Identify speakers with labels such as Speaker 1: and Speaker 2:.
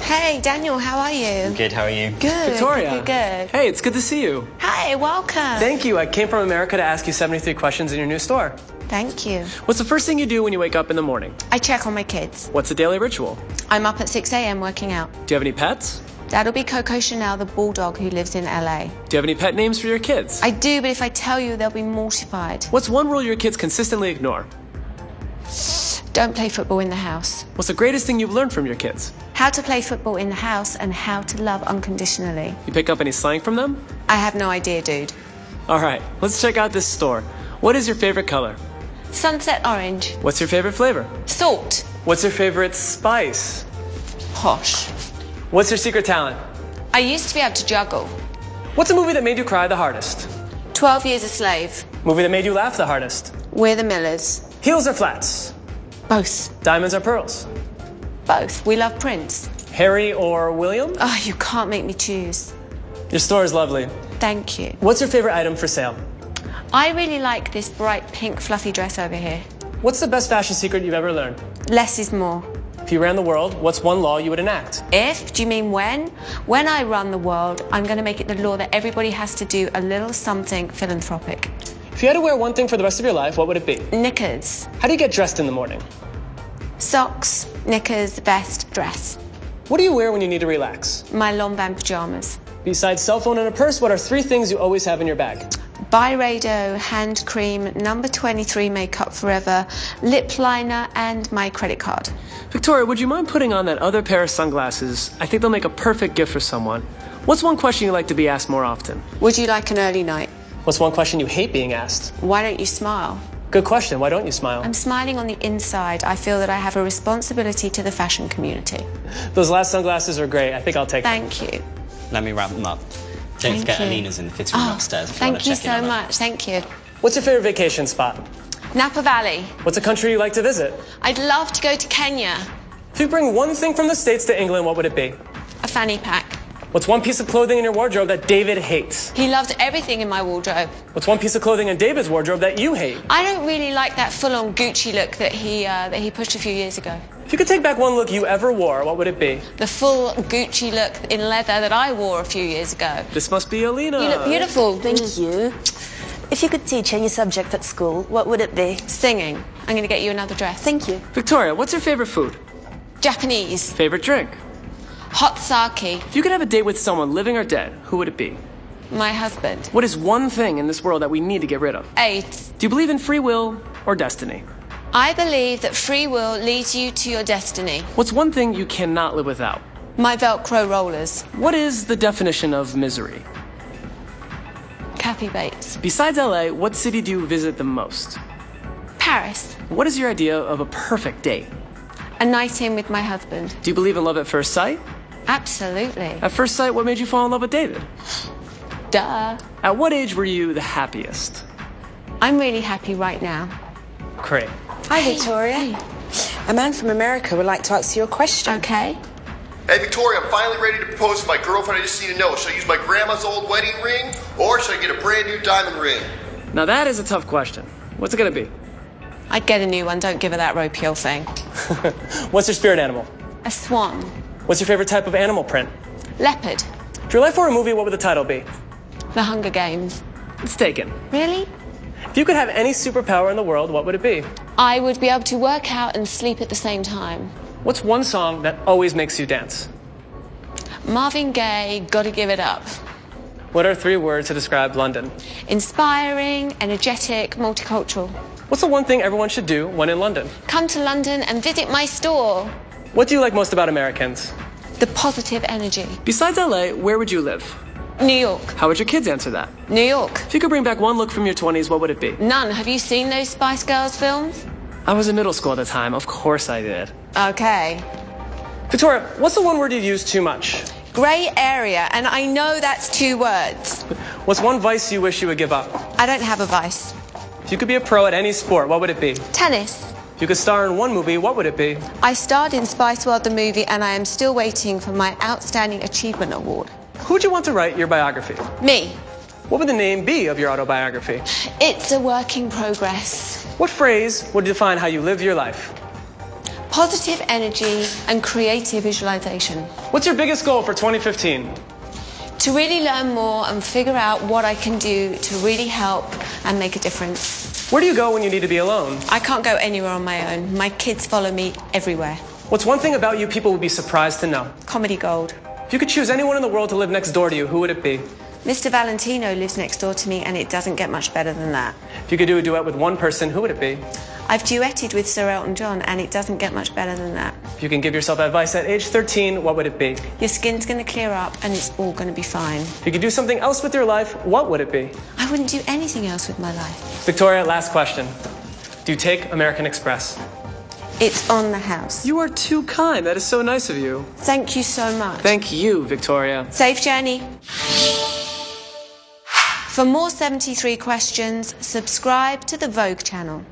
Speaker 1: Hey, Daniel, how are you?
Speaker 2: Good, how are you?
Speaker 1: Good.
Speaker 3: Victoria.
Speaker 1: You're good.
Speaker 3: Hey, it's good to see you.
Speaker 1: Hi, welcome.
Speaker 3: Thank you. I came from America to ask you 73 questions in your new store.
Speaker 1: Thank you.
Speaker 3: What's the first thing you do when you wake up in the morning?
Speaker 1: I check on my kids.
Speaker 3: What's a daily ritual?
Speaker 1: I'm up at 6 a.m. working out.
Speaker 3: Do you have any pets?
Speaker 1: That'll be Coco Chanel, the bulldog who lives in LA.
Speaker 3: Do you have any pet names for your kids?
Speaker 1: I do, but if I tell you, they'll be mortified.
Speaker 3: What's one rule your kids consistently ignore?
Speaker 1: Don't play football in the house.
Speaker 3: What's the greatest thing you've learned from your kids?
Speaker 1: How to play football in the house and how to love unconditionally.
Speaker 3: You pick up any slang from them?
Speaker 1: I have no idea, dude.
Speaker 3: All right, let's check out this store. What is your favorite color?
Speaker 1: Sunset orange.
Speaker 3: What's your favorite flavor?
Speaker 1: Salt.
Speaker 3: What's your favorite spice?
Speaker 1: Posh.
Speaker 3: What's your secret talent?
Speaker 1: I used to be able to juggle.
Speaker 3: What's a movie that made you cry the hardest?
Speaker 1: 12 years a slave.
Speaker 3: Movie that made you laugh the hardest?
Speaker 1: We're the Millers.
Speaker 3: Heels or flats?
Speaker 1: Both.
Speaker 3: Diamonds or pearls?
Speaker 1: Both. We love Prince.
Speaker 3: Harry or William?
Speaker 1: Oh, you can't make me choose.
Speaker 3: Your store is lovely.
Speaker 1: Thank you.
Speaker 3: What's your favorite item for sale?
Speaker 1: I really like this bright pink fluffy dress over here.
Speaker 3: What's the best fashion secret you've ever learned?
Speaker 1: Less is more.
Speaker 3: If you ran the world, what's one law you would enact?
Speaker 1: If, do you mean when? When I run the world, I'm going to make it the law that everybody has to do a little something philanthropic.
Speaker 3: If you had to wear one thing for the rest of your life, what would it be?
Speaker 1: Knickers,
Speaker 3: How do you get dressed in the morning?
Speaker 1: socks, knickers, vest, dress.
Speaker 3: What do you wear when you need to relax?
Speaker 1: My Lanvin pajamas.
Speaker 3: Besides cell phone and a purse, what are three things you always have in your bag?
Speaker 1: Byredo hand cream, number 23 makeup forever, lip liner, and my credit card.
Speaker 3: Victoria, would you mind putting on that other pair of sunglasses? I think they'll make a perfect gift for someone. What's one question you like to be asked more often?
Speaker 1: Would you like an early night?
Speaker 3: What's one question you hate being asked?
Speaker 1: Why don't you smile?
Speaker 3: Good question. Why don't you smile?
Speaker 1: I'm smiling on the inside. I feel that I have a responsibility to the fashion community.
Speaker 3: Those last sunglasses are great. I think I'll take them.
Speaker 1: Thank you.
Speaker 2: Let me wrap them up. Don't
Speaker 1: Thank
Speaker 2: forget
Speaker 1: you. Oh,
Speaker 2: Alina's in the fitting room upstairs. If
Speaker 1: thank
Speaker 2: wanna
Speaker 1: you
Speaker 2: check
Speaker 1: so
Speaker 2: in on her.
Speaker 1: much. Thank you.
Speaker 3: What's your favorite vacation spot?
Speaker 1: Napa Valley.
Speaker 3: What's a country you like to visit?
Speaker 1: I'd love to go to Kenya.
Speaker 3: If you bring one thing from the States to England, what would it be?
Speaker 1: A fanny pack.
Speaker 3: What's one piece of clothing in your wardrobe that David hates?
Speaker 1: He loves everything in my wardrobe.
Speaker 3: What's one piece of clothing in David's wardrobe that you hate?
Speaker 1: I don't really like that full-on Gucci look that he uh, that he pushed a few years ago.
Speaker 3: If you could take back one look you ever wore, what would it be?
Speaker 1: The full Gucci look in leather that I wore a few years ago.
Speaker 3: This must be Alina.
Speaker 1: You look beautiful.
Speaker 4: Thank you. If you could teach any subject at school, what would it be?
Speaker 1: Singing. I'm going to get you another dress.
Speaker 4: Thank you.
Speaker 3: Victoria, what's your favorite food?
Speaker 1: Japanese
Speaker 3: Favorite drink?
Speaker 1: hot sake.
Speaker 3: If you could have a date with someone, living or dead, who would it be?
Speaker 1: My husband.
Speaker 3: What is one thing in this world that we need to get rid of?
Speaker 1: AIDS.
Speaker 3: Do you believe in free will or destiny?
Speaker 1: I believe that free will leads you to your destiny.
Speaker 3: What's one thing you cannot live without?
Speaker 1: My Velcro rollers,
Speaker 3: What is the definition of misery?
Speaker 1: Kathy Bates.
Speaker 3: Besides LA, what city do you visit the most?
Speaker 1: Paris,
Speaker 3: What is your idea of a perfect date?
Speaker 1: a night in with my husband.
Speaker 3: Do you believe in love at first sight?
Speaker 1: Absolutely.
Speaker 3: At first sight, what made you fall in love with David?
Speaker 1: Duh.
Speaker 3: At what age were you the happiest?
Speaker 1: I'm really happy right now.
Speaker 3: Great.
Speaker 5: Hi, Victoria. A man from America would like to ask you a question.
Speaker 1: Okay.
Speaker 6: Hey Victoria, I'm finally ready to propose to my girlfriend. I just need to know: should I use my grandma's old wedding ring, or should I get a brand new diamond ring?
Speaker 3: Now that is a tough question. What's it gonna be?
Speaker 1: I'd get a new one. Don't give her that rope heel thing.
Speaker 3: What's your spirit animal?
Speaker 1: A swan.
Speaker 3: What's your favorite type of animal print?
Speaker 1: Leopard.
Speaker 3: If your life were a movie, what would the title be?
Speaker 1: The Hunger Games.
Speaker 3: It's taken.
Speaker 1: Really?
Speaker 3: If you could have any superpower in the world, what would it be?
Speaker 1: I would be able to work out and sleep at the same time.
Speaker 3: What's one song that always makes you dance?
Speaker 1: Marvin Gaye, gotta give it up.
Speaker 3: What are three words to describe London?
Speaker 1: Inspiring, energetic, multicultural.
Speaker 3: What's the one thing everyone should do when in London?
Speaker 1: Come to London and visit my store.
Speaker 3: What do you like most about Americans?
Speaker 1: The positive energy.
Speaker 3: Besides LA, where would you live?
Speaker 1: New York.
Speaker 3: How would your kids answer that?
Speaker 1: New York.
Speaker 3: If you could bring back one look from your 20s, what would it be?
Speaker 1: None. Have you seen those Spice Girls films?
Speaker 3: I was in middle school at the time, of course I did.
Speaker 1: Okay.
Speaker 3: Victoria, what's the one word you use too much?
Speaker 1: Grey area, and I know that's two words.
Speaker 3: What's one vice you wish you would give up?
Speaker 1: I don't have a vice.
Speaker 3: If you could be a pro at any sport, what would it be? If
Speaker 1: Tennis.
Speaker 3: you could star in one movie, what would it be?
Speaker 1: I starred in Spice World the movie, and I am still waiting for my Outstanding Achievement Award.
Speaker 3: Who would you want to write your biography?
Speaker 1: Me.
Speaker 3: What would the name be of your autobiography?
Speaker 1: It's a work in progress.
Speaker 3: What phrase would define how you live your life?
Speaker 1: positive energy, and creative visualization.
Speaker 3: What's your biggest goal for 2015?
Speaker 1: To really learn more and figure out what I can do to really help and make a difference.
Speaker 3: Where do you go when you need to be alone?
Speaker 1: I can't go anywhere on my own. My kids follow me everywhere.
Speaker 3: What's one thing about you people would be surprised to know?
Speaker 1: Comedy Gold.
Speaker 3: If you could choose anyone in the world to live next door to you, who would it be?
Speaker 1: Mr. Valentino lives next door to me, and it doesn't get much better than that.
Speaker 3: If you could do a duet with one person, who would it be?
Speaker 1: I've duetted with Sir Elton John, and it doesn't get much better than that.
Speaker 3: If you can give yourself advice at age 13, what would it be?
Speaker 1: Your skin's gonna clear up, and it's all gonna be fine.
Speaker 3: If you could do something else with your life, what would it be?
Speaker 1: I wouldn't do anything else with my life.
Speaker 3: Victoria, last question. Do you take American Express?
Speaker 1: It's on the house.
Speaker 3: You are too kind. That is so nice of you.
Speaker 1: Thank you so much.
Speaker 3: Thank you, Victoria.
Speaker 1: Safe journey. For more 73 questions, subscribe to the Vogue channel.